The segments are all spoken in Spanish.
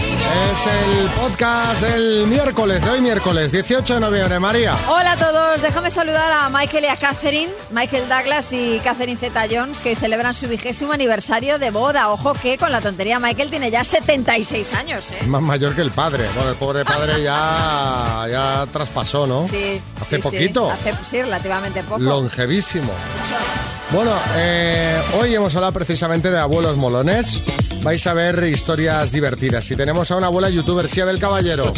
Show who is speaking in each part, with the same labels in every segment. Speaker 1: es el podcast del miércoles, de hoy miércoles, 18 de noviembre. María.
Speaker 2: Hola a todos, déjame saludar a Michael y a Catherine, Michael Douglas y Catherine Zeta Jones, que hoy celebran su vigésimo aniversario de boda. Ojo que con la tontería Michael tiene ya 76 años, ¿eh?
Speaker 1: Más mayor que el padre. Bueno, el pobre padre ya, ya traspasó, ¿no?
Speaker 2: Sí.
Speaker 1: Hace
Speaker 2: sí, sí.
Speaker 1: poquito.
Speaker 2: Hace- sí, relativamente poco.
Speaker 1: Longevísimo. Bueno, eh, hoy hemos hablado precisamente de abuelos molones. Vais a ver historias divertidas. Y tenemos a una abuela youtuber, Siabel Caballero.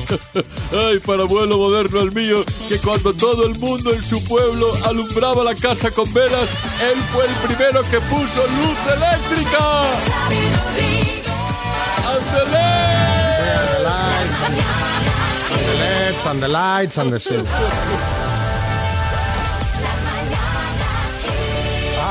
Speaker 3: Ay, para abuelo moderno el mío, que cuando todo el mundo en su pueblo alumbraba la casa con velas, él fue el primero que puso luz eléctrica. ¡Ándele!
Speaker 1: And the lights, and the lights, and the lights, and the sun.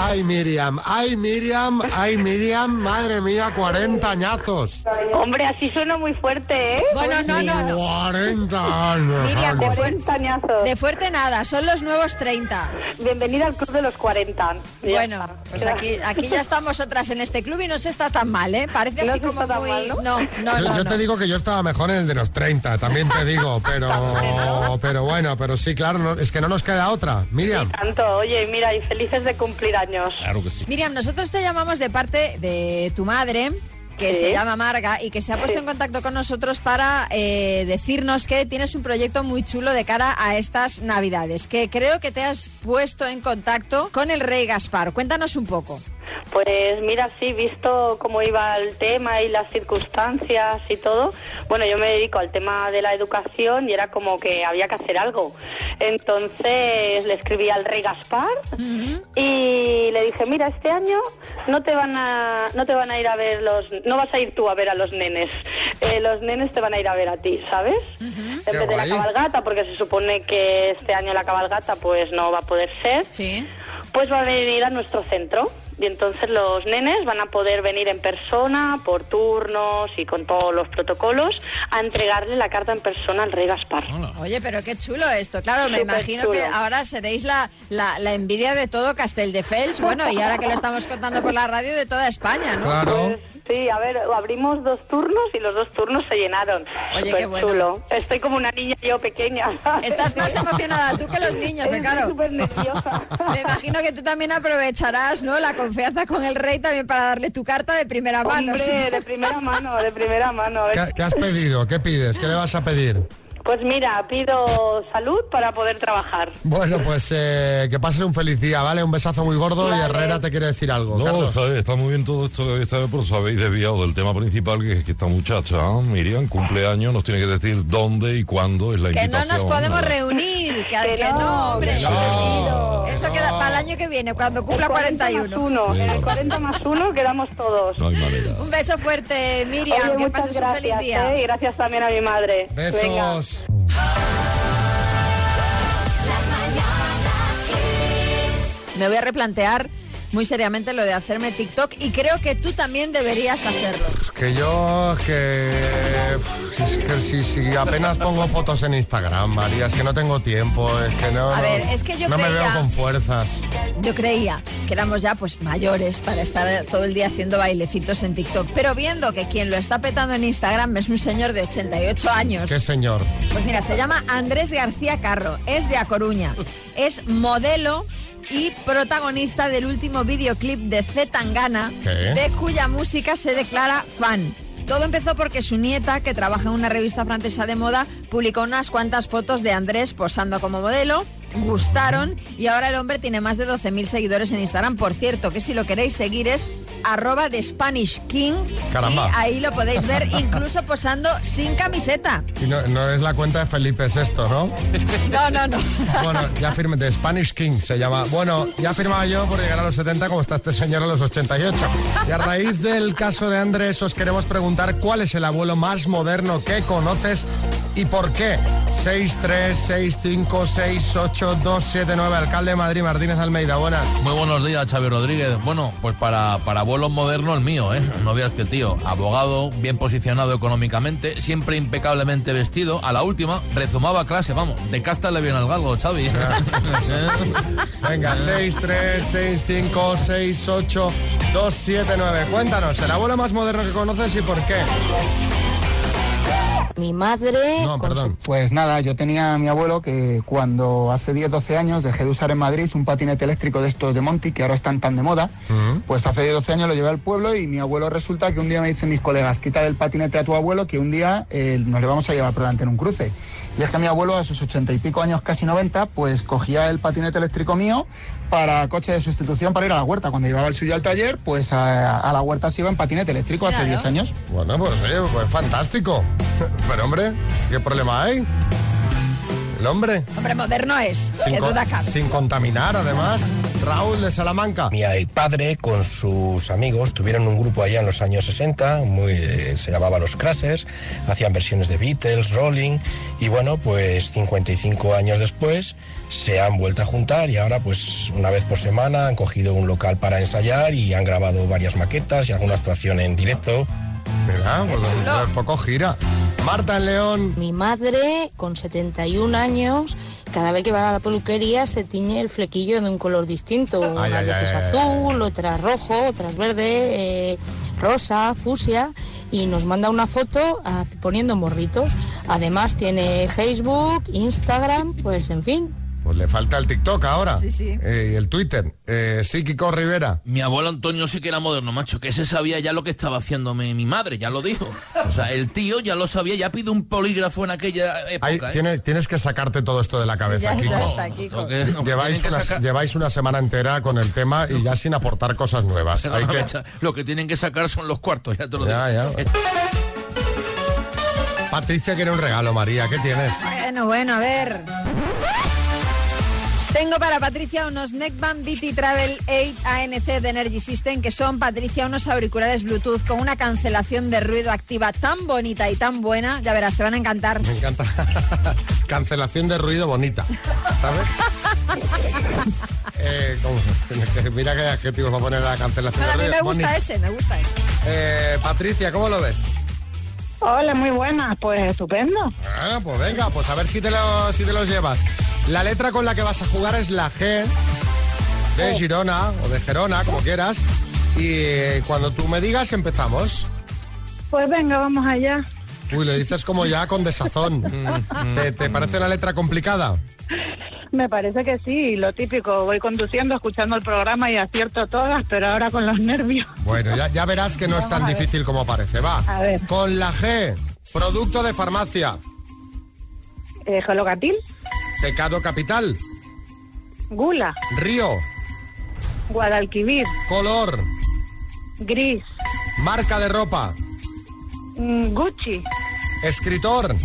Speaker 1: Ay, Miriam, ay, Miriam, ay, Miriam, madre mía, 40 añazos.
Speaker 4: Hombre, así suena muy fuerte, ¿eh?
Speaker 2: Bueno, no, no, no.
Speaker 1: 40 años.
Speaker 2: Miriam, de,
Speaker 1: años.
Speaker 2: fuer-
Speaker 4: Tañazos.
Speaker 2: de fuerte nada, son los nuevos 30.
Speaker 4: Bienvenida al Club de los 40. Ya
Speaker 2: Bueno,
Speaker 4: está.
Speaker 2: pues aquí, aquí ya estamos otras en este club y no se está tan mal, ¿eh? Parece
Speaker 4: No
Speaker 2: así
Speaker 4: se
Speaker 2: como
Speaker 4: está tan
Speaker 2: muy...
Speaker 4: mal, ¿no?
Speaker 2: no, no,
Speaker 1: Yo,
Speaker 2: no,
Speaker 1: yo
Speaker 2: no.
Speaker 1: te digo que yo estaba mejor en el de los 30, también te digo, pero, pero bueno, pero sí, claro, no- es que no nos queda otra. Miriam.
Speaker 4: Tanto, oye, mira, y felices de cumplir años.
Speaker 1: Claro que sí.
Speaker 2: Miriam, nosotros te llamamos de parte de tu madre, que
Speaker 4: Sí.
Speaker 2: se llama Marga, y que se ha puesto en contacto con nosotros para eh, decirnos que tienes un proyecto muy chulo de cara a estas Navidades, que creo que te has puesto en contacto con el rey Gaspar. Cuéntanos un poco.
Speaker 4: Pues mira, sí, visto cómo iba el tema y las circunstancias y todo, bueno, yo me dedico al tema de la educación y era como que había que hacer algo. Entonces le escribí al rey Gaspar y le dije, mira, este año no te van a, no te van a ir a ver los, no vas a ir tú a ver a los nenes, Eh, los nenes te van a ir a ver a ti, ¿sabes?
Speaker 1: Qué
Speaker 4: En vez de la
Speaker 1: guay.
Speaker 4: cabalgata, porque se supone que este año la cabalgata pues no va a poder ser
Speaker 2: Sí.
Speaker 4: pues va a venir a nuestro centro y entonces los nenes van a poder venir en persona, por turnos y con todos los protocolos, a entregarle la carta en persona al rey Gaspar.
Speaker 2: Oye, pero qué chulo esto. Claro, me
Speaker 4: Súper
Speaker 2: imagino
Speaker 4: chulo.
Speaker 2: que ahora seréis la, la, la envidia de todo Castelldefels, bueno, y ahora que lo estamos contando por la radio de toda España, ¿no?
Speaker 1: Claro.
Speaker 4: Pues, sí, a ver, abrimos dos turnos y los dos turnos se llenaron.
Speaker 2: Oye,
Speaker 4: Súper
Speaker 2: qué bueno.
Speaker 4: chulo. Estoy como una niña yo pequeña. ¿sabes?
Speaker 2: Estás más emocionada tú que los niños, pero
Speaker 4: Estoy
Speaker 2: claro.
Speaker 4: súper nerviosa.
Speaker 2: Me imagino que tú también aprovecharás, ¿no? La confianza con el rey también para darle tu carta de primera mano.
Speaker 4: Hombre, de primera mano, de primera mano. A ver,
Speaker 1: ¿Qué, qué has pedido? ¿Qué pides? ¿Qué le vas a pedir?
Speaker 4: Pues mira, pido salud para poder trabajar.
Speaker 1: Bueno, pues eh, que pases un feliz día, ¿vale? Un besazo muy gordo y
Speaker 4: Vale.
Speaker 1: Herrera te quiere decir algo.
Speaker 5: No,
Speaker 1: Carlos.
Speaker 5: ¿sabes? está muy bien todo esto, esta vez, pero os habéis desviado del tema principal, que es que esta muchacha, ¿eh? Miriam, cumpleaños, nos tiene que decir dónde y cuándo es la
Speaker 2: Que no
Speaker 5: invitación.
Speaker 2: nos podemos reunir, que, que no, hombre.
Speaker 4: que no.
Speaker 2: Eso queda para el año que viene, cuando cumpla
Speaker 4: más
Speaker 2: 41.
Speaker 4: 1, en el
Speaker 5: Venga.
Speaker 4: 40 más 1 quedamos todos.
Speaker 5: No hay manera.
Speaker 2: Un beso fuerte, Miriam,
Speaker 4: Oye,
Speaker 2: que
Speaker 4: muchas
Speaker 2: pases un
Speaker 4: gracias,
Speaker 2: feliz día.
Speaker 4: ¿eh? Y gracias también a mi madre. Venga.
Speaker 1: Besos.
Speaker 2: Me voy a replantear muy seriamente lo de hacerme TikTok y creo que tú también deberías hacerlo.
Speaker 1: Pues Que yo, que. Si, es que si, si apenas pongo fotos en Instagram, María, es que no tengo tiempo, es que no.
Speaker 2: A
Speaker 1: no-
Speaker 2: ver, es que yo
Speaker 1: No me
Speaker 2: creía-
Speaker 1: veo con fuerzas.
Speaker 2: Yo creía que éramos ya pues mayores para estar todo el día haciendo bailecitos en TikTok, pero viendo que quien lo está petando en Instagram es un señor de 88 años.
Speaker 1: Qué señor.
Speaker 2: Pues mira, se llama Andrés García Carro, es de A Coruña, es modelo y protagonista del último videoclip de Z Tangana,
Speaker 1: ¿Qué?
Speaker 2: de cuya música se declara fan. Todo empezó porque su nieta, que trabaja en una revista francesa de moda, publicó unas cuantas fotos de Andrés posando como modelo, gustaron y ahora el hombre tiene más de 12.000 seguidores en Instagram. Por cierto, que si lo queréis seguir es arroba de Spanish King
Speaker 1: Caramba.
Speaker 2: y ahí lo podéis ver incluso posando sin camiseta.
Speaker 1: Y no, no es la cuenta de Felipe es esto, ¿no?
Speaker 2: No, no, no.
Speaker 1: Bueno, ya firme, de Spanish King se llama. Bueno, ya firmaba yo por llegar a los 70 como está este señor a los 88. Y a raíz del caso de Andrés os queremos preguntar cuál es el abuelo más moderno que conoces y por qué. 636568279, alcalde de Madrid, Martínez Almeida, buenas.
Speaker 6: Muy buenos días, Xavi Rodríguez. Bueno, pues para, para abuelos modernos el mío, ¿eh? No veas que tío, abogado, bien posicionado económicamente, siempre impecablemente vestido, a la última, rezumaba clase, vamos, de casta le viene al galgo, Xavi. ¿Eh?
Speaker 1: Venga, 636568279. Cuéntanos, el abuelo más moderno que conoces y por qué.
Speaker 7: Mi madre...
Speaker 1: No,
Speaker 7: con
Speaker 1: perdón.
Speaker 8: Pues nada, yo tenía a mi abuelo que cuando hace 10, 12 años dejé de usar en Madrid un patinete eléctrico de estos de Monty, que ahora están tan de moda, pues hace 10, 12 años lo llevé al pueblo y mi abuelo resulta que un día me dicen mis colegas, quítale el patinete a tu abuelo que un día eh, nos le vamos a llevar por delante en un cruce. Y es que mi abuelo a sus 80 y pico años, casi 90, pues cogía el patinete eléctrico mío para coche de sustitución para ir a la huerta. Cuando llevaba el suyo al taller, pues a, a la huerta se iba en patinete eléctrico hace
Speaker 2: Claro.
Speaker 8: 10 años.
Speaker 1: Bueno, pues oye, pues fantástico. Pero hombre, ¿qué problema hay? El hombre.
Speaker 2: Hombre, moderno es,
Speaker 1: Sin,
Speaker 2: de
Speaker 1: con-
Speaker 2: duda cabe.
Speaker 1: sin contaminar, además. Raúl de Salamanca.
Speaker 9: Mi padre con sus amigos tuvieron un grupo allá en los años 60, muy, eh, se llamaba Los Crashes, hacían versiones de Beatles, Rolling, y bueno, pues 55 años después se han vuelto a juntar y ahora pues una vez por semana han cogido un local para ensayar y han grabado varias maquetas y alguna actuación en directo.
Speaker 1: Mira, pues,
Speaker 2: chulo.
Speaker 1: pues poco gira. Marta en León.
Speaker 7: Mi madre, con 71 años, cada vez que va a la peluquería se tiñe el flequillo de un color distinto.
Speaker 1: Ay,
Speaker 7: Unas
Speaker 1: ay,
Speaker 7: veces
Speaker 1: ay, ay,
Speaker 7: azul, otras rojo, otras verde, eh, rosa, fusia. Y nos manda una foto haz- poniendo morritos. Además tiene Facebook, Instagram, pues en fin.
Speaker 1: Pues le falta el TikTok ahora.
Speaker 2: Sí, sí.
Speaker 1: Eh, y el Twitter. Eh, Psíquico Rivera.
Speaker 6: Mi abuelo Antonio sí que era moderno, macho, que se sabía ya lo que estaba haciendo mi, mi madre, ya lo dijo. O sea, el tío ya lo sabía, ya pide un polígrafo en aquella época.
Speaker 1: Ahí
Speaker 6: ¿eh?
Speaker 1: tiene- tienes que sacarte todo esto de la cabeza,
Speaker 2: ya-
Speaker 1: Kiko.
Speaker 2: ya está, Kiko.
Speaker 6: lo que- lo que
Speaker 1: Lleváis
Speaker 6: tienen que
Speaker 1: una,
Speaker 6: sacar-
Speaker 1: lleváis una semana entera con el tema y ya sin aportar cosas nuevas. Hay que-
Speaker 6: Lo que tienen que sacar son los cuartos, ya te lo digo. Este
Speaker 1: Ya, ya. Patricia quiere un regalo, María. ¿Qué tienes?
Speaker 2: Bueno, bueno, a ver. Tengo para Patricia unos Neckband BT Travel 8 ANC de Energy System que son, Patricia, unos auriculares Bluetooth con una cancelación de ruido activa tan bonita y tan buena. Ya verás, te van a encantar.
Speaker 1: Me encanta. Cancelación de ruido bonita, ¿sabes? Eh, ¿cómo? Mira qué adjetivos va a poner la cancelación
Speaker 2: Bueno,
Speaker 1: de
Speaker 2: a mí
Speaker 1: ruido.
Speaker 2: me gusta
Speaker 1: Bonita.
Speaker 2: ese, me gusta ese.
Speaker 1: Eh, Patricia, ¿cómo lo ves?
Speaker 4: Hola, muy buenas, pues estupendo.
Speaker 1: Ah, pues venga, pues a ver si te, lo- si te los llevas. La letra con la que vas a jugar es la G de
Speaker 2: Oh.
Speaker 1: Girona o de Gerona, como quieras. Y eh, cuando tú me digas, empezamos.
Speaker 4: Pues venga, vamos allá.
Speaker 1: Uy, lo dices como ya con desazón. ¿Te, te parece una letra complicada?
Speaker 4: Me parece que sí, lo típico, voy conduciendo, escuchando el programa y acierto todas, pero ahora con los nervios.
Speaker 1: Bueno, ya, ya verás que no es tan difícil como parece. Va.
Speaker 4: A ver.
Speaker 1: Con la G, producto de farmacia,
Speaker 4: Eh, Gelocatil,
Speaker 1: pecado capital,
Speaker 4: gula,
Speaker 1: río,
Speaker 4: Guadalquivir,
Speaker 1: color,
Speaker 4: gris,
Speaker 1: marca de ropa,
Speaker 4: mm, Gucci,
Speaker 1: escritor,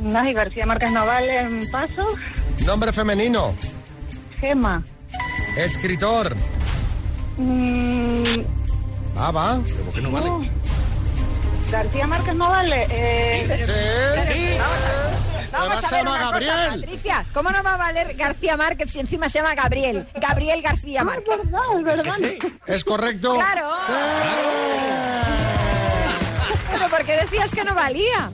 Speaker 4: Nazi García Márquez Novales en paso,
Speaker 1: nombre femenino,
Speaker 4: Gema,
Speaker 1: escritor.
Speaker 4: mm,
Speaker 1: Ah, va.
Speaker 4: García Márquez Novales, eh,
Speaker 1: Sí.
Speaker 2: Vamos a,
Speaker 1: Además
Speaker 2: vamos a
Speaker 1: se
Speaker 2: ver
Speaker 1: llama
Speaker 2: una cosa,
Speaker 1: Gabriel.
Speaker 2: Patricia. ¿Cómo no va a valer García Márquez si encima se llama Gabriel? Gabriel García Márquez.
Speaker 4: ¿verdad? Es verdad.
Speaker 1: ¿Es correcto?
Speaker 2: Claro. Pero ¿por qué decías que no valía?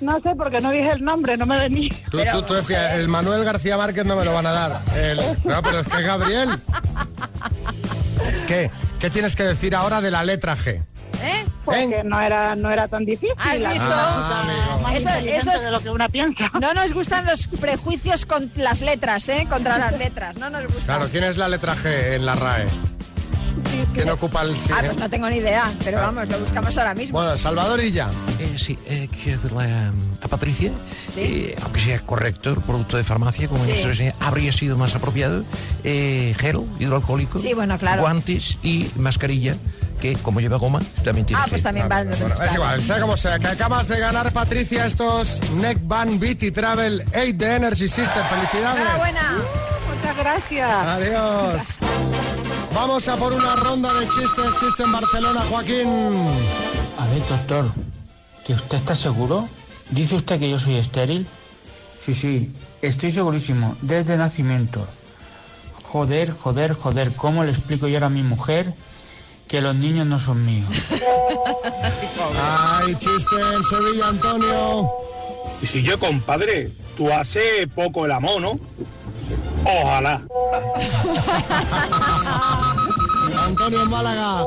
Speaker 4: No sé, porque no dije el nombre, no me venía.
Speaker 1: Tú, tú- tú decías, el Manuel García Márquez no me lo van a dar. El- no, pero es que Gabriel. ¿Qué? ¿Qué tienes que decir ahora de la letra G?
Speaker 2: ¿Eh?
Speaker 1: Venga.
Speaker 4: Porque no era, no era tan difícil.
Speaker 2: ¿Has
Speaker 4: la
Speaker 2: visto?
Speaker 4: cosa
Speaker 1: Ah,
Speaker 4: más
Speaker 2: Eso-
Speaker 4: inteligente
Speaker 2: eso es-
Speaker 4: de lo que una piensa.
Speaker 2: No nos gustan los prejuicios con las letras, ¿eh? Contra las letras, no nos gustan.
Speaker 1: Claro, ¿quién es la letra G en la RAE? ¿Quién ocupa el sí? ¿eh? Ah.
Speaker 2: Ah, pues no tengo ni idea, pero vamos, lo buscamos ahora mismo.
Speaker 1: Bueno, Salvadorilla.
Speaker 9: Eh, sí, eh, quiero decirle a, mm, a Patricia,
Speaker 2: Sí.
Speaker 9: eh, aunque sea correcto, el producto de farmacia, como
Speaker 2: Sí.
Speaker 9: dice la señora, habría sido más apropiado eh, gel hidroalcohólico,
Speaker 2: Sí, bueno, claro.
Speaker 9: guantes y mascarilla, que como lleva goma, también tiene
Speaker 2: Ah,
Speaker 9: que
Speaker 2: pues también va.
Speaker 1: Bueno, es igual, sea como sea, que acabas de ganar, Patricia, estos Neckband Beat y Travel 8 de Energy System. ¡Felicidades!
Speaker 2: Enhorabuena.
Speaker 4: Muchas gracias.
Speaker 1: Adiós. Vamos a por una ronda de chistes, chiste en Barcelona, Joaquín.
Speaker 10: A ver, doctor, ¿que usted está seguro? ¿Dice usted que yo soy estéril? Sí, sí, estoy segurísimo, desde nacimiento. Joder, joder, joder, ¿cómo le explico yo ahora a mi mujer que los niños no son míos?
Speaker 1: Ay, chiste en Sevilla, Antonio.
Speaker 11: Y si yo, compadre, tú hace poco el amor, ¿no? Ojalá.
Speaker 1: Antonio en Málaga.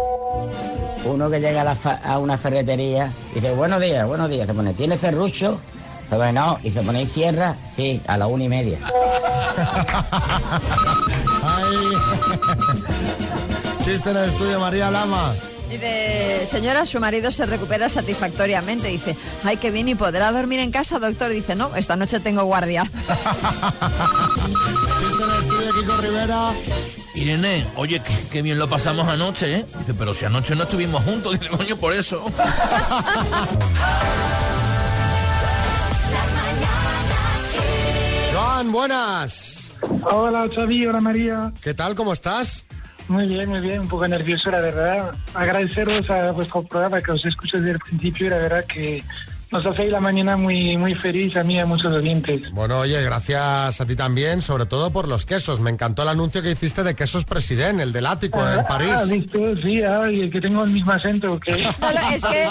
Speaker 12: Uno que llega a, la fa- a una ferretería y dice, buenos días, buenos días. Se pone, ¿tiene serrucho? Se pone, no. Y se pone, "¿Y cierra? Sí, a la una y media.
Speaker 1: Chiste en el estudio, María Lama.
Speaker 2: Dice, señora, su marido se recupera satisfactoriamente. Dice, ay, qué bien, ¿y podrá dormir en casa, doctor? Dice, no, esta noche tengo guardia.
Speaker 1: Chiste en el estudio, Kiko Rivera.
Speaker 6: Irene, oye, qué, qué bien lo pasamos anoche, ¿eh? Dice, pero si anoche no estuvimos juntos, dice, coño, por eso.
Speaker 1: Joan, buenas.
Speaker 13: Hola, Xavi, hola María.
Speaker 1: ¿Qué tal? ¿Cómo estás?
Speaker 13: Muy bien, muy bien, un poco nervioso, la verdad. Agradeceros a vuestro programa que os escucho desde el principio, la verdad que nos hacéis la mañana muy, muy feliz a mí y a muchos oyentes.
Speaker 1: Bueno, oye, gracias a ti también, sobre todo por los quesos. Me encantó el anuncio que hiciste de Quesos President, el del ático Pues, en
Speaker 13: Ah,
Speaker 1: París.
Speaker 13: ¿viste? Sí, ay, que tengo el mismo acento que...
Speaker 2: No lo- es, que,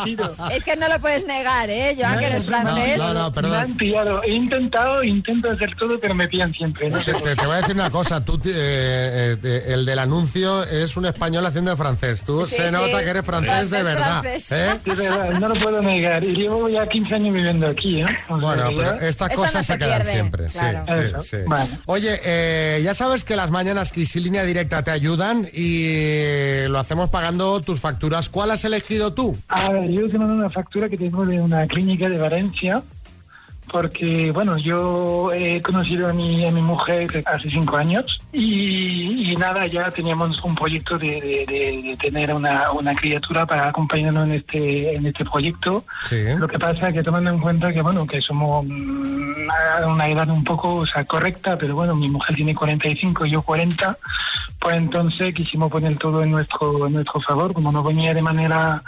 Speaker 2: es que no lo puedes negar, ¿eh? Joan, que eres francés.
Speaker 13: Me han pillado. He intentado, intento hacer todo, pero me pillan siempre. No
Speaker 1: Te,
Speaker 13: sé por
Speaker 1: te- te voy a decir una cosa, tú, ti- eh, eh, eh, el del anuncio es un español haciendo el francés. Tú
Speaker 13: Sí,
Speaker 1: se
Speaker 13: sí.
Speaker 1: nota que eres francés, de
Speaker 13: Francés,
Speaker 1: verdad.
Speaker 13: francés.
Speaker 1: ¿eh?
Speaker 13: De verdad, no lo puedo negar. Y llevo ya 15 años viviendo aquí, ¿eh?
Speaker 1: Bueno, pero estas cosas se, quedan siempre. sí, sí, sí. Oye, eh, ya sabes que las mañanas Kiss y Línea Directa te ayudan y lo hacemos pagando tus facturas. ¿Cuál has elegido tú?
Speaker 13: A ver, yo te mando una factura que tengo de una clínica de Valencia, porque, bueno, yo he conocido a mi, a mi mujer hace cinco años y, y nada, ya teníamos un proyecto de, de- de- de tener una, una criatura para acompañarnos en este, en este proyecto. Lo que pasa es que tomando en cuenta que, bueno, que somos mm, a una edad un poco, o sea, correcta, pero bueno, mi mujer tiene 45 y yo 40, pues entonces quisimos poner todo en nuestro, en nuestro favor, como no venía de manera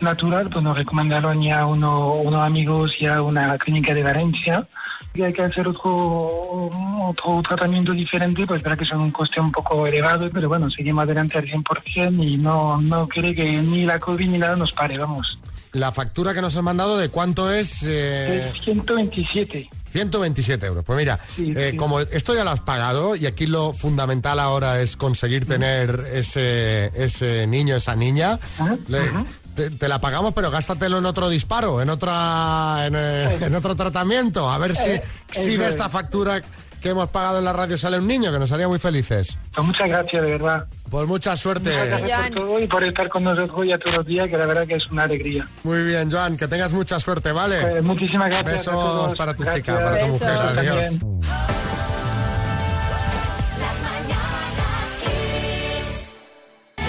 Speaker 13: natural, pues nos recomendaron ya uno, unos amigos ya una clínica de Valencia. Y hay que hacer otro, otro tratamiento diferente, pues para que son un coste un poco elevado, pero bueno, seguimos adelante al 100% y no, no quiere que ni la COVID ni nada nos pare, vamos.
Speaker 1: La factura que nos has mandado de cuánto es... eh,
Speaker 13: Es 127.
Speaker 1: 127 euros. Pues mira, eh, como esto ya lo has pagado y aquí lo fundamental ahora es conseguir tener ese, ese niño, esa niña, le- te, te la pagamos, pero gástatelo en otro disparo, en, otra, en, eh, en otro tratamiento. A ver si,
Speaker 13: Pues Eh,
Speaker 1: si
Speaker 13: eso
Speaker 1: de
Speaker 13: es.
Speaker 1: esta factura que hemos pagado en la radio sale un niño, que nos haría muy felices.
Speaker 13: Pues muchas gracias, de verdad.
Speaker 1: Pues mucha suerte.
Speaker 13: Muchas gracias por todo y por estar con nosotros ya todos los días, que la verdad que es una alegría.
Speaker 1: Muy bien, Joan, que tengas mucha suerte, ¿vale?
Speaker 13: Pues muchísimas gracias a
Speaker 1: Eh, Besos
Speaker 13: todos.
Speaker 1: para tu
Speaker 13: Gracias.
Speaker 1: chica, para tu
Speaker 13: Besos.
Speaker 1: mujer. Adiós.
Speaker 13: También.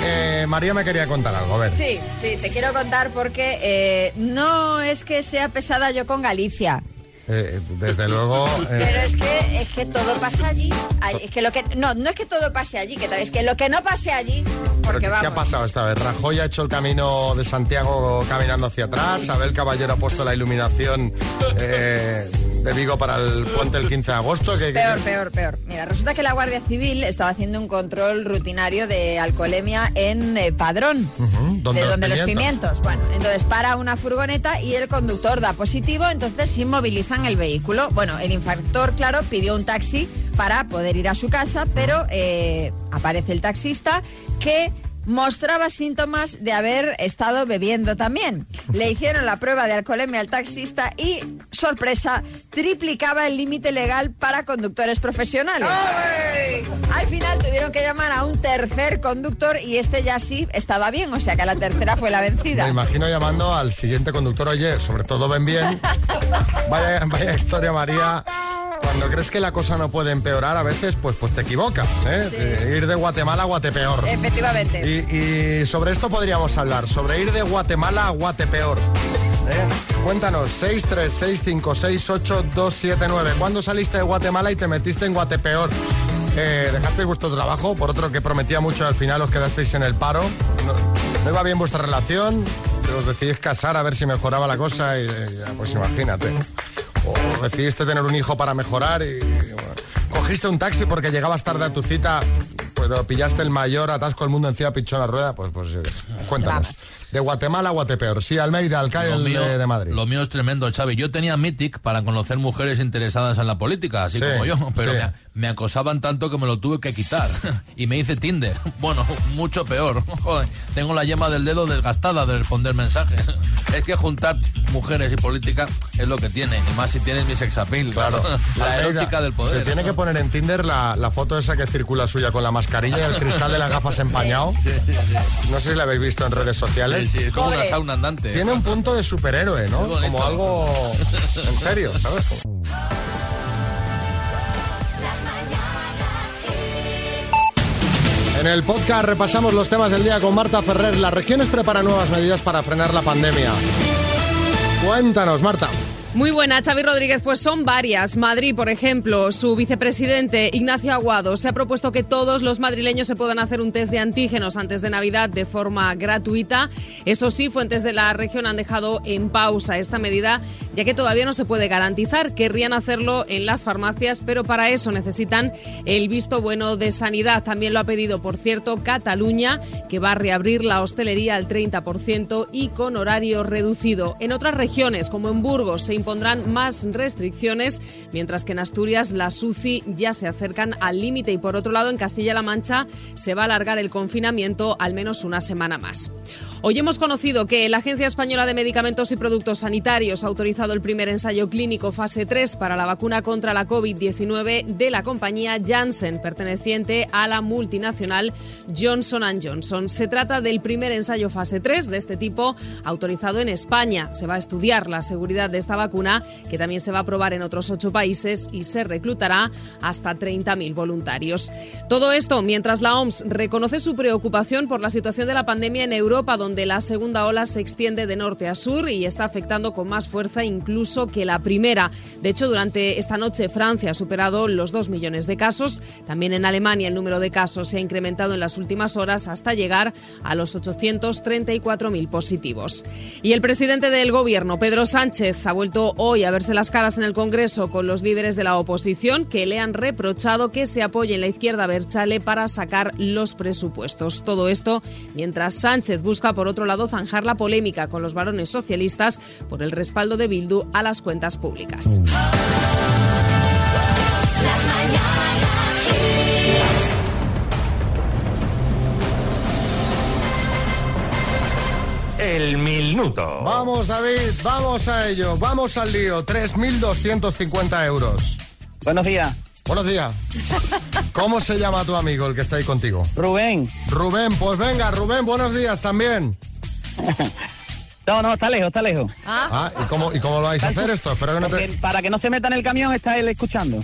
Speaker 1: Eh, María me quería contar algo, a ver.
Speaker 2: Sí, sí, te quiero contar porque eh, no es que sea pesada yo con Galicia.
Speaker 1: Eh, desde luego. eh,
Speaker 2: Pero es que, es que todo pasa allí. Ay, Es que lo que, no, no es que todo pase allí, que tal, es que lo que no pase allí,
Speaker 1: ¿pero
Speaker 2: porque
Speaker 1: ¿Qué, qué
Speaker 2: vamos.
Speaker 1: ha pasado esta vez? Rajoy ha hecho el camino de Santiago caminando hacia atrás. Abel Caballero ha puesto la iluminación eh, de Vigo para el puente el 15 de agosto. ¿Qué- qué-
Speaker 2: Peor, peor, peor. Mira, resulta que la Guardia Civil estaba haciendo un control rutinario de alcoholemia en eh, Padrón.
Speaker 1: Ujú,
Speaker 2: de donde los pimientos. Bueno, entonces para una furgoneta y el conductor da positivo, entonces inmovilizan el vehículo. Bueno, el infractor, claro, pidió un taxi para poder ir a su casa, pero eh, aparece el taxista que mostraba síntomas de haber estado bebiendo también. Le hicieron la prueba de alcoholemia al taxista y, sorpresa, triplicaba el límite legal para conductores profesionales. Al final tuvieron que llamar a un tercer conductor y este ya sí estaba bien, o sea que la tercera fue la vencida.
Speaker 1: Me imagino llamando al siguiente conductor, oye, sobre todo ven bien. Vaya, vaya historia, María. Cuando crees que la cosa no puede empeorar, a veces pues, pues te equivocas. ¿eh?
Speaker 2: Sí.
Speaker 1: Eh, ir de Guatemala a Guatepeor.
Speaker 2: Efectivamente.
Speaker 1: Y, y sobre esto podríamos hablar, sobre ir de Guatemala a Guatepeor. ¿eh? Cuéntanos, 636568279. ¿Cuándo saliste de Guatemala y te metiste en Guatepeor? Eh, ¿Dejasteis vuestro trabajo por otro que prometía mucho y al final os quedasteis en el paro? ¿No, no iba bien vuestra relación? ¿Os decidís casar a ver si mejoraba la cosa? Y, eh, ya, pues imagínate. ¿O decidiste tener un hijo para mejorar y Cogiste un taxi porque llegabas tarde a tu cita, pero pillaste el mayor atasco del mundo encima pichón la rueda, pues, pues yo qué sé. cuéntanos. de Guatemala a Guatepeor. Sí, Almeida, alcalde
Speaker 6: Lo mío-
Speaker 1: eh, de, de Madrid.
Speaker 6: Lo mío es tremendo, Xavi. Yo tenía Mythic para conocer mujeres interesadas en la política, así
Speaker 1: Sí,
Speaker 6: como yo, pero
Speaker 1: sí.
Speaker 6: me, me acosaban tanto que me lo tuve que quitar. y me hice Tinder. Bueno, mucho peor. Joder, tengo la yema del dedo desgastada de responder mensajes. es que juntar mujeres y política es lo que tiene, y más si tienes mi sex appeal. Claro. la
Speaker 1: Almeida,
Speaker 6: erótica del poder.
Speaker 1: Se tiene que poner en Tinder la, la foto esa que circula suya con la mascarilla y el cristal de las gafas empañado. No sé si la habéis visto en redes sociales.
Speaker 6: Sí, sí, es como una Pobre. sauna andante.
Speaker 1: Tiene un punto de superhéroe,
Speaker 6: Es
Speaker 1: ¿no?
Speaker 6: bonito.
Speaker 1: Como algo. En serio, ¿sabes? En el podcast repasamos los temas del día con Marta Ferrer. Las regiones preparan nuevas medidas para frenar la pandemia. Cuéntanos, Marta.
Speaker 14: Muy buena, Xavi Rodríguez. Pues son varias. Madrid, por ejemplo, su vicepresidente Ignacio Aguado se ha propuesto que todos los madrileños se puedan hacer un test de antígenos antes de Navidad de forma gratuita. Eso sí, fuentes de la región han dejado en pausa esta medida, ya que todavía no se puede garantizar. Querrían hacerlo en las farmacias, pero para eso necesitan el visto bueno de sanidad. También lo ha pedido, por cierto, Cataluña, que va a reabrir la hostelería al 30% y con horario reducido. En otras regiones, como en Burgos, se impondrán más restricciones, mientras que en Asturias las UCI ya se acercan al límite y por otro lado en Castilla-La Mancha se va a alargar el confinamiento al menos una semana más. Hoy hemos conocido que la Agencia Española de Medicamentos y Productos Sanitarios ha autorizado el primer ensayo clínico fase 3 para la vacuna contra la COVID-19 de la compañía Janssen, perteneciente a la multinacional Johnson Johnson. Se trata del primer ensayo fase 3 de este tipo autorizado en España. Se va a estudiar la seguridad de esta vacuna, que también se va a probar en otros ocho países y se reclutará hasta 30.000 voluntarios. Todo esto mientras la OMS reconoce su preocupación por la situación de la pandemia en Europa, donde la segunda ola se extiende de norte a sur y está afectando con más fuerza incluso que la primera. De hecho, durante esta noche Francia ha superado los 2 millones de casos. También en Alemania el número de casos se ha incrementado en las últimas horas hasta llegar a los 834.000 positivos. Y el presidente del gobierno, Pedro Sánchez, ha vuelto hoy a verse las caras en el Congreso con los líderes de la oposición que le han reprochado que se apoye en la izquierda Berchale para sacar los presupuestos. Todo esto mientras Sánchez busca, por otro lado, zanjar la polémica con los varones socialistas por el respaldo de Bildu a las cuentas públicas.
Speaker 1: El minuto. Vamos, David, vamos a ello. Vamos al lío. 3.250 euros.
Speaker 15: Buenos días.
Speaker 1: Buenos días. ¿Cómo se llama tu amigo, el que está ahí contigo?
Speaker 15: Rubén.
Speaker 1: Rubén, pues venga, Rubén, buenos días también.
Speaker 15: No, no, está lejos, está lejos.
Speaker 1: Ah, ¿y cómo, y cómo lo vais a hacer esto? Espero que no
Speaker 15: Porque
Speaker 1: te...
Speaker 15: Para que no se meta en el camión está él escuchando.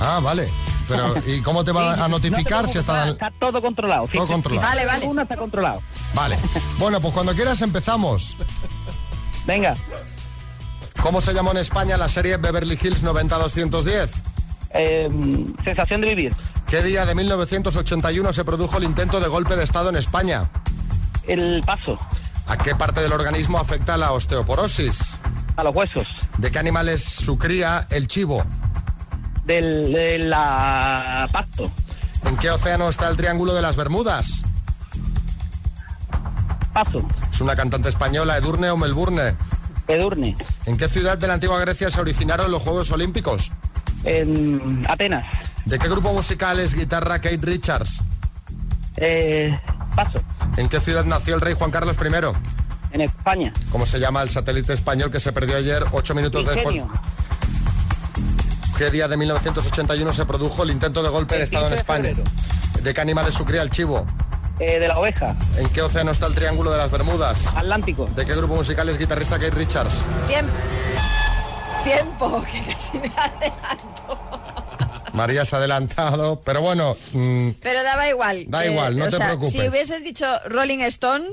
Speaker 1: Ah, vale. Pero, ¿y cómo te va
Speaker 15: Sí,
Speaker 1: a
Speaker 15: no te
Speaker 1: notificar si
Speaker 15: preocupes,
Speaker 1: está...
Speaker 15: Está todo controlado.
Speaker 1: Todo controlado. Vale, vale.
Speaker 15: Uno está controlado.
Speaker 1: Vale. Bueno, pues cuando quieras empezamos.
Speaker 15: Venga.
Speaker 1: ¿Cómo se llamó en España la serie Beverly Hills 90-210?
Speaker 15: em, sensación de vivir.
Speaker 1: ¿Qué día de 1981 se produjo el intento de golpe de Estado en España?
Speaker 15: El paso.
Speaker 1: ¿A qué parte del organismo afecta la osteoporosis?
Speaker 15: A los huesos.
Speaker 1: ¿De qué animal es su cría el chivo?
Speaker 15: Del de la pasto.
Speaker 1: ¿En qué océano está el Triángulo de las Bermudas?
Speaker 15: Paso.
Speaker 1: Es una cantante española, Edurne o Melbourne.
Speaker 15: Edurne.
Speaker 1: ¿En qué ciudad de la antigua Grecia se originaron los Juegos Olímpicos?
Speaker 15: En Atenas.
Speaker 1: ¿De qué grupo musical es guitarra Kate Richards?
Speaker 15: eh, paso.
Speaker 1: ¿En qué ciudad nació el rey Juan Carlos I?
Speaker 15: En España.
Speaker 1: ¿Cómo se llama el satélite español que se perdió ayer ocho minutos después?
Speaker 15: Ingenio.
Speaker 1: ¿Qué día de 1981 se produjo el intento de golpe de Estado
Speaker 15: 15
Speaker 1: en
Speaker 15: de
Speaker 1: España? ¿De qué animal es su cría el chivo?
Speaker 15: Eh, de la oveja.
Speaker 1: ¿En qué océano está el Triángulo de las Bermudas?
Speaker 15: Atlántico.
Speaker 1: ¿De qué grupo musical es guitarrista Kate Richards?
Speaker 2: Tiempo. Tiempo, que casi me adelanto.
Speaker 1: María se ha adelantado, pero bueno, mm,
Speaker 2: Pero daba igual.
Speaker 1: Da igual, no
Speaker 2: o
Speaker 1: te
Speaker 2: sea,
Speaker 1: preocupes.
Speaker 2: Si hubieses dicho Rolling Stone,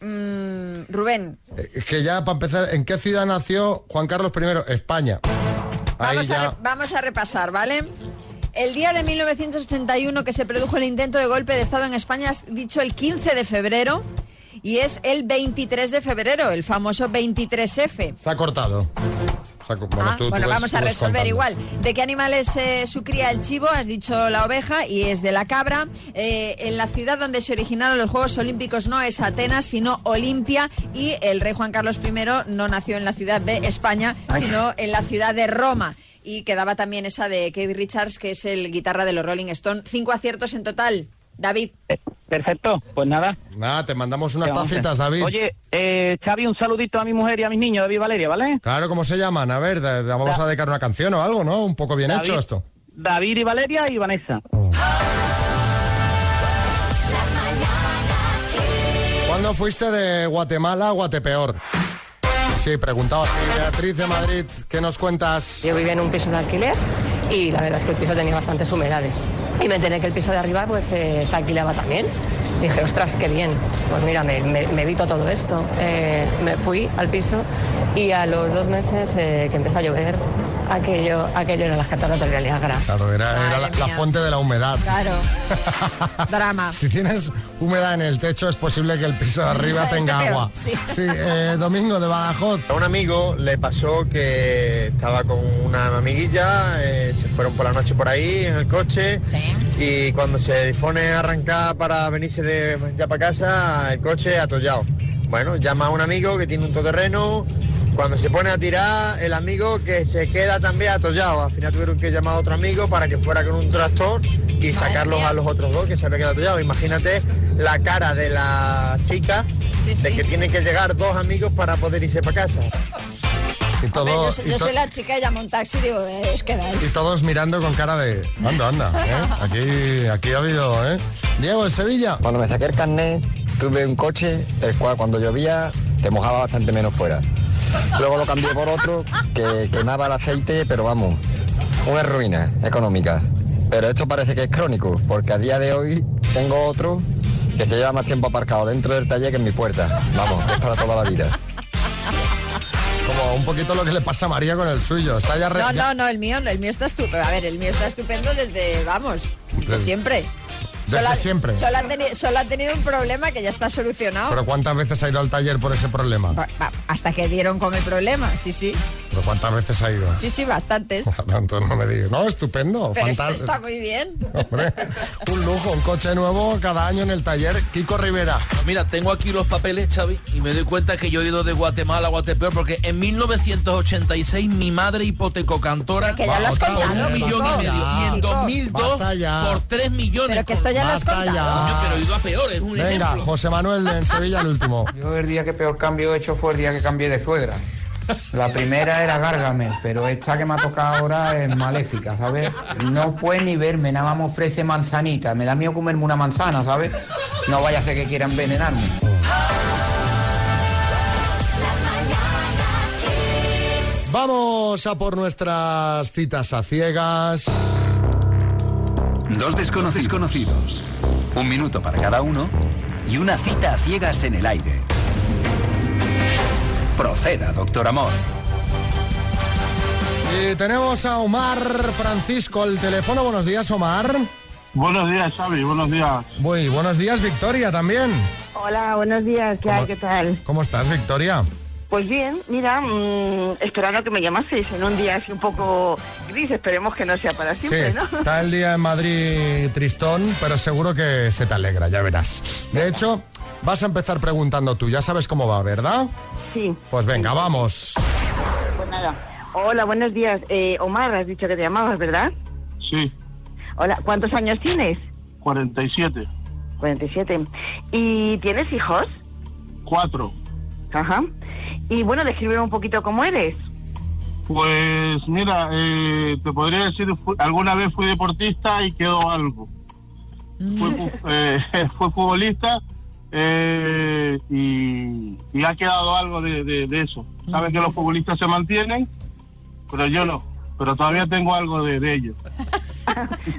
Speaker 2: mm, Rubén,
Speaker 1: es que ya para empezar, ¿en qué ciudad nació Juan Carlos I? España. Ahí
Speaker 2: vamos, a
Speaker 1: ya.
Speaker 2: re- vamos a repasar, ¿vale? El día de 1981 que se produjo el intento de golpe de Estado en España, has dicho el 15 de febrero, y es el 23 de febrero, el famoso 23F.
Speaker 1: Se ha cortado. Saco- bueno,
Speaker 2: Ah,
Speaker 1: tú- tú
Speaker 2: bueno,
Speaker 1: ves-
Speaker 2: vamos a
Speaker 1: tú ves
Speaker 2: resolver
Speaker 1: contando.
Speaker 2: igual. ¿De qué animal es eh, su cría el chivo? Has dicho la oveja y es de la cabra. Eh, en la ciudad donde se originaron los Juegos Olímpicos no es Atenas, sino Olimpia. Y el rey Juan Carlos I no nació en la ciudad de España, sino en la ciudad de Roma. Y quedaba también esa de Keith Richards, que es el guitarra de los Rolling Stone. Cinco aciertos en total. David.
Speaker 15: Eh, Perfecto, pues nada.
Speaker 1: Nada, te mandamos unas
Speaker 15: Te vamos a-
Speaker 1: tacitas, David.
Speaker 15: Oye, eh, Xavi, un saludito a mi mujer y a mis niños, David y Valeria, ¿vale?
Speaker 1: Claro, ¿cómo se llaman? A ver, da- da- vamos a dedicar una canción o algo, ¿no? Un poco bien
Speaker 15: David.
Speaker 1: hecho esto.
Speaker 15: David y Valeria y Vanessa.
Speaker 1: ¿Cuándo fuiste de Guatemala a Guatepeor? Sí, preguntaba Beatriz de Madrid, ¿qué nos cuentas?
Speaker 16: Yo vivía en un piso de alquiler y la verdad es que el piso tenía bastantes humedades. Y me enteré que el piso de arriba pues eh, se alquilaba también. Dije, ostras, qué bien. Pues mira, me, me- me evito todo esto. Eh, me fui al piso y a los dos meses eh, que empezó a llover, aquello, aquello eran las cataratas de Niágara.
Speaker 1: Claro, era, era la,
Speaker 16: Madre
Speaker 1: la
Speaker 16: mía.
Speaker 1: fuente de la humedad.
Speaker 2: Claro. Drama.
Speaker 1: Si tienes humedad en el techo, es posible que el piso de arriba
Speaker 2: Esté
Speaker 1: tenga
Speaker 2: Este peor,
Speaker 1: agua.
Speaker 2: sí.
Speaker 1: eh, Domingo de Badajoz.
Speaker 17: A un amigo le pasó que estaba con una amiguilla, eh, se fueron por la noche por ahí en el coche y cuando se dispone a arrancar para venirse de, ya para casa, el coche atollado. Bueno, llama a un amigo que tiene un todoterreno, cuando se pone a tirar, el amigo que se queda también atollado. Al final tuvieron que llamar a otro amigo para que fuera con un tractor y sacarlos a los otros dos que se habían quedado atollados. Imagínate la cara de la chica de que tiene que llegar dos amigos para poder irse para casa.
Speaker 1: Y, todo-
Speaker 2: Yo,
Speaker 1: y to-
Speaker 2: soy la chica, llamo un taxi y digo, "Eh, os quedáis.
Speaker 1: y todos mirando con cara de. Anda, anda. ¿eh? Aquí, aquí ha habido, ¿eh? Diego, en Sevilla.
Speaker 18: Cuando me saqué el carnet, tuve un coche, el cual cuando llovía te mojaba bastante menos fuera. Luego lo cambié por otro que quemaba el aceite, pero vamos, una ruina económica. Pero esto parece que es crónico, porque a día de hoy tengo otro que se lleva más tiempo aparcado dentro del taller que en mi puerta. Vamos, es para toda la vida.
Speaker 1: Como un poquito lo que le pasa a María con el suyo. Está ya, re-
Speaker 2: No,
Speaker 1: ya-
Speaker 2: no, no, el mío, no, el mío está estupendo. A ver, el mío está estupendo desde, vamos, desde
Speaker 1: Desde-
Speaker 2: siempre.
Speaker 1: desde
Speaker 2: Solo ha-
Speaker 1: siempre.
Speaker 2: Solo ha, teni- solo ha tenido un problema que ya está solucionado.
Speaker 1: Pero ¿cuántas veces ha ido al taller por ese problema?
Speaker 2: Va- Hasta que dieron con el problema, sí, sí.
Speaker 1: ¿Pero cuántas veces ha ido?
Speaker 2: Sí, sí, bastantes.
Speaker 1: Tanto no me digas. No, estupendo.
Speaker 2: Pero esto
Speaker 1: fantástico.
Speaker 2: está muy bien.
Speaker 1: Hombre, un lujo, un coche nuevo cada año en el taller. Kiko Rivera.
Speaker 6: Pues Mira, tengo aquí los papeles, Xavi, y me doy cuenta que yo he ido de Guatemala a Guatepeor porque en 1986 mi madre hipotecocantora
Speaker 2: que ya lo has
Speaker 6: por un
Speaker 2: contado,
Speaker 6: millón
Speaker 2: Kiko.
Speaker 6: y medio. Y en
Speaker 2: Kiko,
Speaker 6: 2002
Speaker 1: basta ya.
Speaker 6: por 3 millones.
Speaker 2: Pero que esto ya lo has
Speaker 6: Basta
Speaker 2: contado.
Speaker 6: Coño, pero he ido a peor, es un
Speaker 1: Venga,
Speaker 6: ejemplo.
Speaker 1: José Manuel en Sevilla, el último.
Speaker 19: Yo el día que peor cambio he hecho fue el día que cambié de suegra. La primera era Gargamel, pero esta que me ha tocado ahora es maléfica, ¿sabes? No puede ni verme, nada más me ofrece manzanita. Me da miedo comerme una manzana, ¿sabes? No vaya a ser que quiera envenenarme.
Speaker 1: Vamos a por nuestras citas a ciegas.
Speaker 20: Dos desconocidos conocidos. Un minuto para cada uno y una cita a ciegas en el aire. Proceda, doctor Amor.
Speaker 1: Y tenemos a Omar Francisco al teléfono. Buenos días, Omar.
Speaker 11: Buenos días, Xavi, buenos días.
Speaker 1: Muy buenos días, Victoria, también.
Speaker 21: Hola, buenos días, ¿qué hay? ¿Qué tal?
Speaker 1: ¿Cómo estás, Victoria?
Speaker 21: Pues bien, mira, mm, esperando que me llamaseis en un día así un poco gris, esperemos que no sea para siempre, ¿no?
Speaker 1: está el día en Madrid tristón, pero seguro que se te alegra, ya verás. De hecho, vas a empezar preguntando tú. Ya sabes cómo va, ¿verdad?
Speaker 21: Sí.
Speaker 1: Pues venga, vamos.
Speaker 21: Pues nada. Hola, buenos días. Eh, Omar, has dicho que te llamabas, ¿verdad?
Speaker 11: Sí,
Speaker 21: Hola, ¿cuántos años tienes?
Speaker 11: 47,
Speaker 21: 47. ¿Y tienes hijos?
Speaker 11: 4.
Speaker 21: Ajá. Y bueno, descríbeme un poquito cómo eres.
Speaker 11: Pues mira, eh, te podría decir, fu- alguna vez fui deportista y quedó algo. Fui, fu- eh, fui futbolista eh, y, y ha quedado algo de, de- de eso. Sabes que los futbolistas se mantienen, pero yo no. Pero todavía tengo algo de, de ello.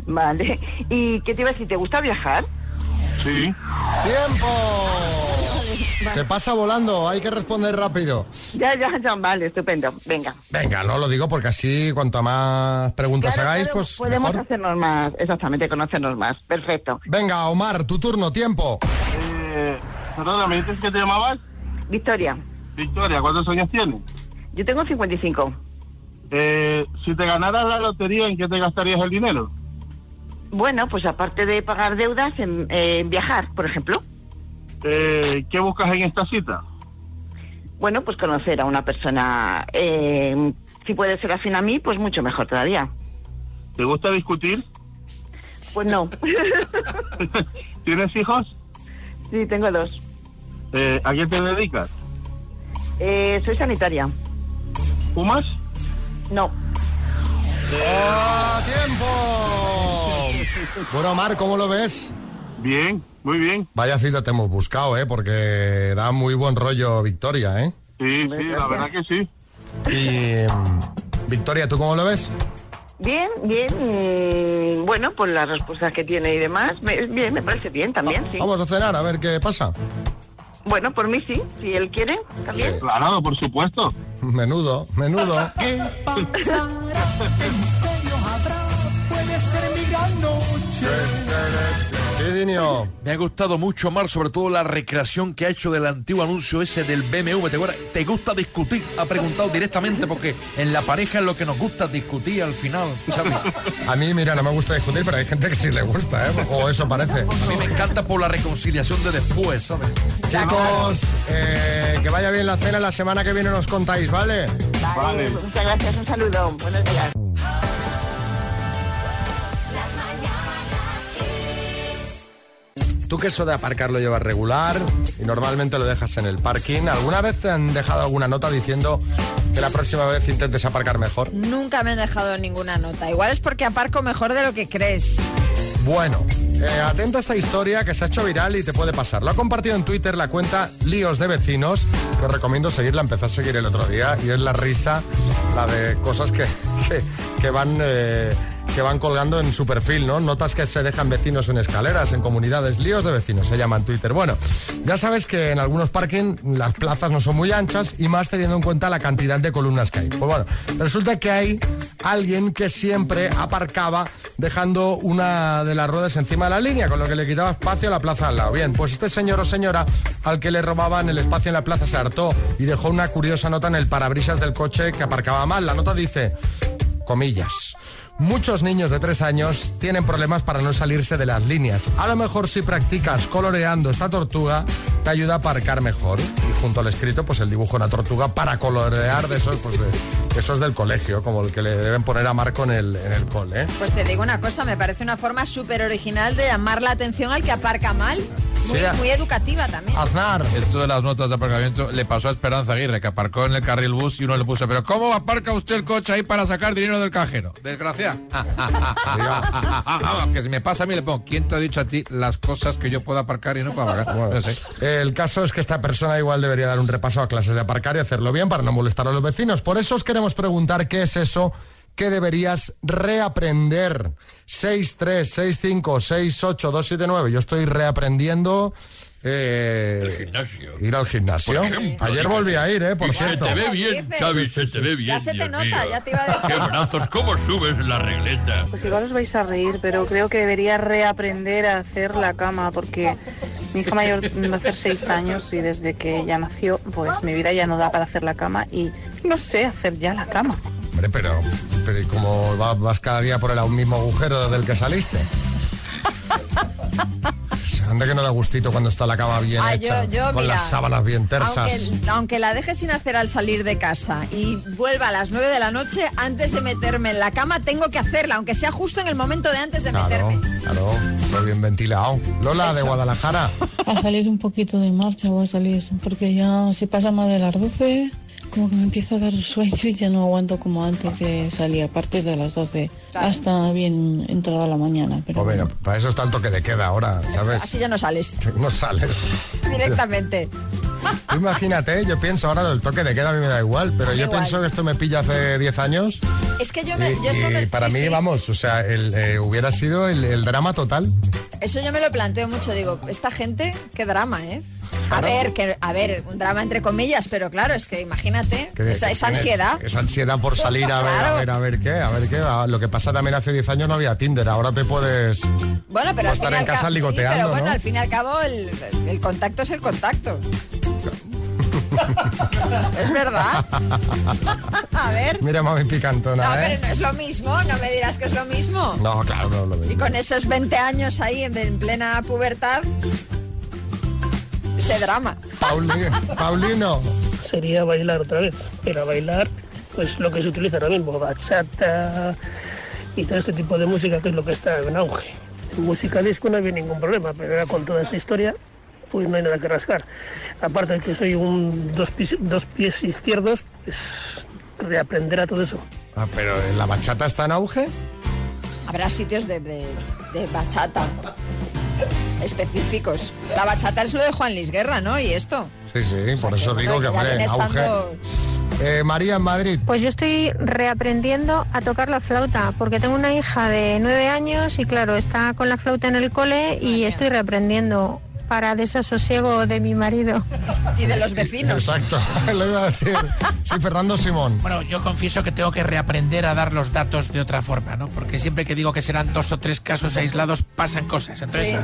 Speaker 21: Vale. ¿Y qué te iba a decir? ¿Te gusta viajar?
Speaker 11: Sí.
Speaker 1: ¡Tiempo! Se pasa volando, hay que responder rápido.
Speaker 21: Ya, ya, ya, vale, estupendo. Venga.
Speaker 1: Venga, no lo digo porque así cuanto más preguntas
Speaker 21: Claro,
Speaker 1: hagáis,
Speaker 21: claro,
Speaker 1: pues
Speaker 21: podemos
Speaker 1: mejor.
Speaker 21: hacernos más, exactamente, conocernos más. Perfecto.
Speaker 1: Venga, Omar, tu turno, tiempo.
Speaker 11: Eh, perdona, ¿me dices que te llamabas?
Speaker 21: Victoria.
Speaker 11: Victoria, ¿cuántos años tienes?
Speaker 21: Yo tengo 55.
Speaker 11: eh, si te ganaras la lotería, ¿en qué te gastarías el dinero?
Speaker 21: Bueno, pues aparte de pagar deudas, en, eh, en viajar, por ejemplo.
Speaker 11: Eh, ¿Qué buscas en esta cita?
Speaker 21: Bueno, pues conocer a una persona, eh, si puede ser afín a mí, pues mucho mejor todavía.
Speaker 11: ¿Te gusta discutir?
Speaker 21: Pues no.
Speaker 11: ¿Tienes hijos?
Speaker 21: Sí, tengo dos.
Speaker 11: Eh, ¿A qué te dedicas?
Speaker 21: Eh, soy sanitaria.
Speaker 11: ¿Fumas?
Speaker 21: No.
Speaker 1: ¡Oh, tiempo! Bueno, Omar, ¿cómo lo ves?
Speaker 11: Bien, muy bien.
Speaker 1: Vaya cita te hemos buscado, ¿eh? Porque da muy buen rollo Victoria, ¿eh?
Speaker 11: Sí, sí, la verdad que sí.
Speaker 1: Y, mm, Victoria, ¿tú cómo lo ves?
Speaker 21: Bien, bien. mm, bueno, pues las respuestas que tiene y demás, me- bien, me parece bien también, sí.
Speaker 1: Vamos a cenar, a ver qué pasa.
Speaker 21: Bueno, por mí sí, si él quiere, también.
Speaker 11: Claro, por supuesto.
Speaker 1: Menudo, menudo.
Speaker 3: Puede ser mi gran
Speaker 6: Me ha gustado mucho, Mar, sobre todo la recreación que ha hecho del antiguo anuncio ese del BMW. ¿Te acuerdas? ¿Te gusta discutir? Ha preguntado directamente porque en la pareja es lo que nos gusta es discutir al final. Xavi.
Speaker 1: A mí, mira, no me gusta discutir, pero hay gente que sí le gusta, ¿eh? O eso parece.
Speaker 6: A mí me encanta por la reconciliación de después, ¿sabes?
Speaker 1: Chicos, eh, que vaya bien la cena, la semana que viene nos contáis, ¿vale?
Speaker 21: Vale. Muchas gracias, un saludo. Buenos días.
Speaker 1: Tú que eso de aparcar lo llevas regular y normalmente lo dejas en el parking. ¿Alguna vez te han dejado alguna nota diciendo que la próxima vez intentes aparcar mejor?
Speaker 2: Nunca me han dejado ninguna nota. Igual es porque aparco mejor de lo que crees.
Speaker 1: Bueno, eh, atenta a esta historia que se ha hecho viral y te puede pasar. Lo ha compartido en Twitter la cuenta Líos de Vecinos, que os recomiendo seguirla, empecé a seguir el otro día, y es la risa, la de cosas que, que, que van... eh, que van colgando en su perfil, ¿no? Notas que se dejan vecinos en escaleras, en comunidades, líos de vecinos, se llaman Twitter. Bueno, ya sabes que en algunos parking las plazas no son muy anchas y más teniendo en cuenta la cantidad de columnas que hay. Pues bueno, resulta que hay alguien que siempre aparcaba dejando una de las ruedas encima de la línea, con lo que le quitaba espacio a la plaza al lado. Bien, pues este señor o señora al que le robaban el espacio en la plaza se hartó y dejó una curiosa nota en el parabrisas del coche que aparcaba mal. La nota dice, comillas. Muchos niños de 3 años tienen problemas para no salirse de las líneas. A lo mejor si practicas coloreando esta tortuga, te ayuda a aparcar mejor. Y junto al escrito, pues el dibujo de una tortuga para colorear de esos, pues de, de esos del colegio, como el que le deben poner a Marco en el, en el cole. ¿eh?
Speaker 2: Pues te digo una cosa, me parece una forma súper original de llamar la atención al que aparca mal. Muy,
Speaker 6: Sí, a-
Speaker 2: muy educativa
Speaker 1: Ah,
Speaker 2: también.
Speaker 6: Esto de las notas de aparcamiento le pasó a Esperanza Aguirre, que aparcó en el carril bus y uno le puso, pero ¿cómo aparca usted el coche ahí para sacar dinero del cajero? Desgracia. que si me pasa a mí le pongo, ¿quién te ha dicho a ti las cosas que yo puedo aparcar y no puedo aparcar? No sé.
Speaker 1: Pues, El caso es que esta persona igual debería dar un repaso a clases de aparcar y hacerlo bien para no molestar a los vecinos. Por eso os queremos preguntar qué es eso que deberías reaprender. 636568279. Yo estoy reaprendiendo. eh, Ir al gimnasio.
Speaker 5: Por ejemplo,
Speaker 1: Ayer
Speaker 5: fíjate.
Speaker 1: volví a ir, ¿eh? Por
Speaker 5: Y
Speaker 1: cierto.
Speaker 5: Se te ve bien, Xavi, se te ve bien.
Speaker 2: Ya se te
Speaker 5: Dios
Speaker 2: nota,
Speaker 5: mío.
Speaker 2: ya te iba a decir.
Speaker 5: Qué brazos, cómo subes la regleta.
Speaker 22: Pues igual os vais a reír, pero creo que debería reaprender a hacer la cama porque mi hija mayor va a hacer seis años y desde que ya nació, pues mi vida ya no da para hacer la cama y no sé hacer ya la cama.
Speaker 1: Hombre, pero, pero ¿y cómo va- vas cada día por el mismo agujero del que saliste? Anda que no da gustito cuando está la cama bien
Speaker 2: Ah,
Speaker 1: hecha,
Speaker 2: yo- yo,
Speaker 1: con
Speaker 2: mira,
Speaker 1: las sábanas bien tersas.
Speaker 2: Aunque, aunque la deje sin hacer al salir de casa y vuelva a las 9 de la noche, antes de meterme en la cama tengo que hacerla, aunque sea justo en el momento de antes de meterme.
Speaker 1: Claro, claro, todo bien ventilado. Lola de Guadalajara.
Speaker 23: A salir un poquito de marcha voy a salir, porque ya se pasa más de las 12, como que me empieza a dar sueño y ya no aguanto como antes que salía, a partir de las 12 hasta bien entrada la mañana. Pero
Speaker 1: Joder, Pues para eso está el toque de queda ahora, ¿sabes?
Speaker 2: Así ya no sales
Speaker 1: No sales.
Speaker 2: directamente.
Speaker 1: Tú Imagínate, yo pienso ahora el toque de queda a mí me da igual, pero yo
Speaker 2: Igual.
Speaker 1: pienso que esto me pilla hace 10 años.
Speaker 2: Es que yo
Speaker 1: Y,
Speaker 2: me, yo eso,
Speaker 1: y
Speaker 2: me-
Speaker 1: para
Speaker 2: sí,
Speaker 1: mí,
Speaker 2: sí.
Speaker 1: vamos, o sea, el, eh, hubiera sido el, el drama total.
Speaker 2: Eso yo me lo planteo mucho, digo, esta gente, qué drama, ¿eh? A ver, que, a ver, un drama entre comillas, pero claro, es que imagínate,
Speaker 1: Que-
Speaker 2: esa,
Speaker 1: que
Speaker 2: esa
Speaker 1: tienes
Speaker 2: ansiedad.
Speaker 1: Esa ansiedad por salir a ver, a
Speaker 2: Claro.
Speaker 1: ver, a ver qué, a ver qué. Ah, Lo que pasa también hace 10 años no había Tinder, ahora te puedes...
Speaker 2: Bueno, pero
Speaker 1: o
Speaker 2: al
Speaker 1: estar
Speaker 2: fin y
Speaker 1: en
Speaker 2: al
Speaker 1: casa
Speaker 2: cabo- sí,
Speaker 1: ligoteando,
Speaker 2: pero bueno,
Speaker 1: ¿no?
Speaker 2: al fin y al cabo el, el contacto es el contacto. ¿Es verdad? A ver.
Speaker 1: Mira, mami picantona,
Speaker 2: No,
Speaker 1: ¿eh?
Speaker 2: pero no es lo mismo, no me dirás que es lo mismo.
Speaker 1: No, claro, no lo
Speaker 2: Y
Speaker 1: veo.
Speaker 2: con esos 20 años ahí en, en plena pubertad, ese drama.
Speaker 1: Paulino.
Speaker 7: Sería bailar otra vez. Era bailar, pues lo que se utiliza ahora mismo, bachata y todo este tipo de música que es lo que está en auge. En música disco no había ningún problema, pero ahora con toda esa historia, pues no hay nada que rascar. Aparte de que soy un dos, pis- dos pies izquierdos, pues reaprender a todo eso.
Speaker 1: Ah, pero ¿eh, ¿la bachata está en auge?
Speaker 2: Habrá sitios de, de- de bachata específicos. La bachata es lo de Juan Luis Guerra, ¿no? Y esto.
Speaker 1: Sí, sí, por eso digo que,
Speaker 2: ya
Speaker 1: hombre,
Speaker 2: viene
Speaker 1: en auge.
Speaker 2: estando-
Speaker 1: Eh, María en Madrid.
Speaker 24: Pues yo estoy reaprendiendo a tocar la flauta, porque tengo una hija de nueve años y claro, está con la flauta en el cole y estoy reaprendiendo para desasosiego de mi marido.
Speaker 2: Y de los vecinos.
Speaker 1: Exacto, lo iba a decir. Sí, Fernando Simón.
Speaker 6: Bueno, yo confieso que tengo que reaprender a dar los datos de otra forma, ¿no? Porque siempre que digo que serán dos o tres casos aislados, pasan cosas. Entonces,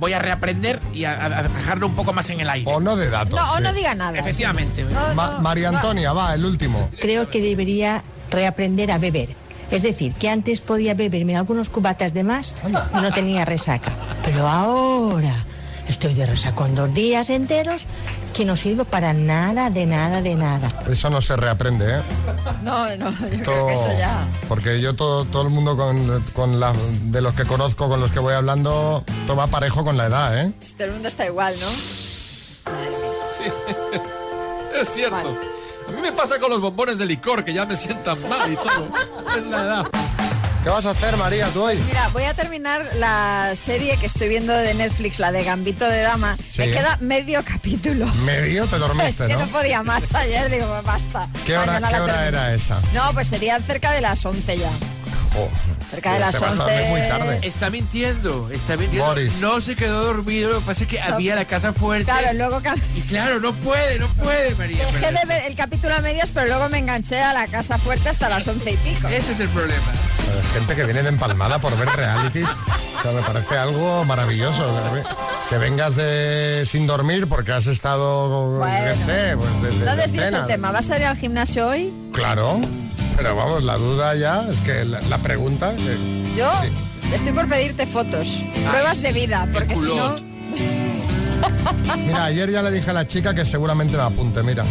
Speaker 6: voy a reaprender y a, a- a dejarlo un poco más en el aire. O
Speaker 1: no de datos.
Speaker 2: No, o no diga nada.
Speaker 6: Efectivamente. ¿eh?
Speaker 1: Ma- María Antonia, va, el último.
Speaker 4: Creo que debería reaprender a beber. Es decir, que antes podía beberme algunos cubatas de más y no tenía resaca. Pero ahora estoy de resacón dos días enteros que no sirvo para nada, de nada, de nada.
Speaker 1: Eso no se reaprende, ¿eh?
Speaker 2: No, no, yo creo
Speaker 1: Todo-
Speaker 2: que eso ya.
Speaker 1: Porque yo todo, todo el mundo con, con la- de los que conozco, con los que voy hablando, toma parejo con la edad, ¿eh?
Speaker 2: Todo el mundo está igual, ¿no?
Speaker 25: Es cierto. A mí me pasa con los bombones de licor, que ya me sientan mal y todo. Es la edad.
Speaker 1: ¿Qué vas a hacer, María, tú hoy?
Speaker 2: Mira, voy a terminar la serie que estoy viendo de Netflix, la de Gambito de Dama.
Speaker 1: Sí.
Speaker 2: Me queda medio capítulo.
Speaker 1: Medio te dormiste,
Speaker 2: Es que
Speaker 1: ¿no?
Speaker 2: no podía más ayer, digo, "Pues basta.
Speaker 1: ¿Qué hora,
Speaker 2: Mañana
Speaker 1: ¿qué
Speaker 2: la
Speaker 1: hora
Speaker 2: termino.
Speaker 1: era esa?
Speaker 2: No, pues sería cerca de las 11 ya.
Speaker 1: Jo,
Speaker 2: Cerca de las
Speaker 1: te vas a
Speaker 2: 11.
Speaker 1: dormir muy tarde.
Speaker 6: Está mintiendo, está mintiendo.
Speaker 1: Boris.
Speaker 6: No se quedó dormido, lo que pasa es que había la casa fuerte.
Speaker 2: Claro, luego cam-
Speaker 6: Y claro, no puede, no puede, María.
Speaker 2: dejé de ver el capítulo a medias, pero luego me enganché a la casa fuerte hasta las 11 y pico.
Speaker 6: Ese es el problema.
Speaker 1: Pero es gente que viene de empalmada por ver realities. O sea, me parece algo maravilloso. que- Que vengas de sin dormir porque has estado,
Speaker 2: Bueno.
Speaker 1: qué sé, pues de, de-
Speaker 2: No
Speaker 1: de
Speaker 2: desvíes
Speaker 1: cena.
Speaker 2: el tema. ¿Vas a ir al gimnasio hoy?
Speaker 1: Claro, pero vamos, la duda ya es que la, la pregunta... que-
Speaker 2: Yo
Speaker 1: Sí.
Speaker 2: estoy por pedirte fotos, pruebas de vida, porque si no.
Speaker 1: Mira, ayer ya le dije a la chica que seguramente me apunte, mira.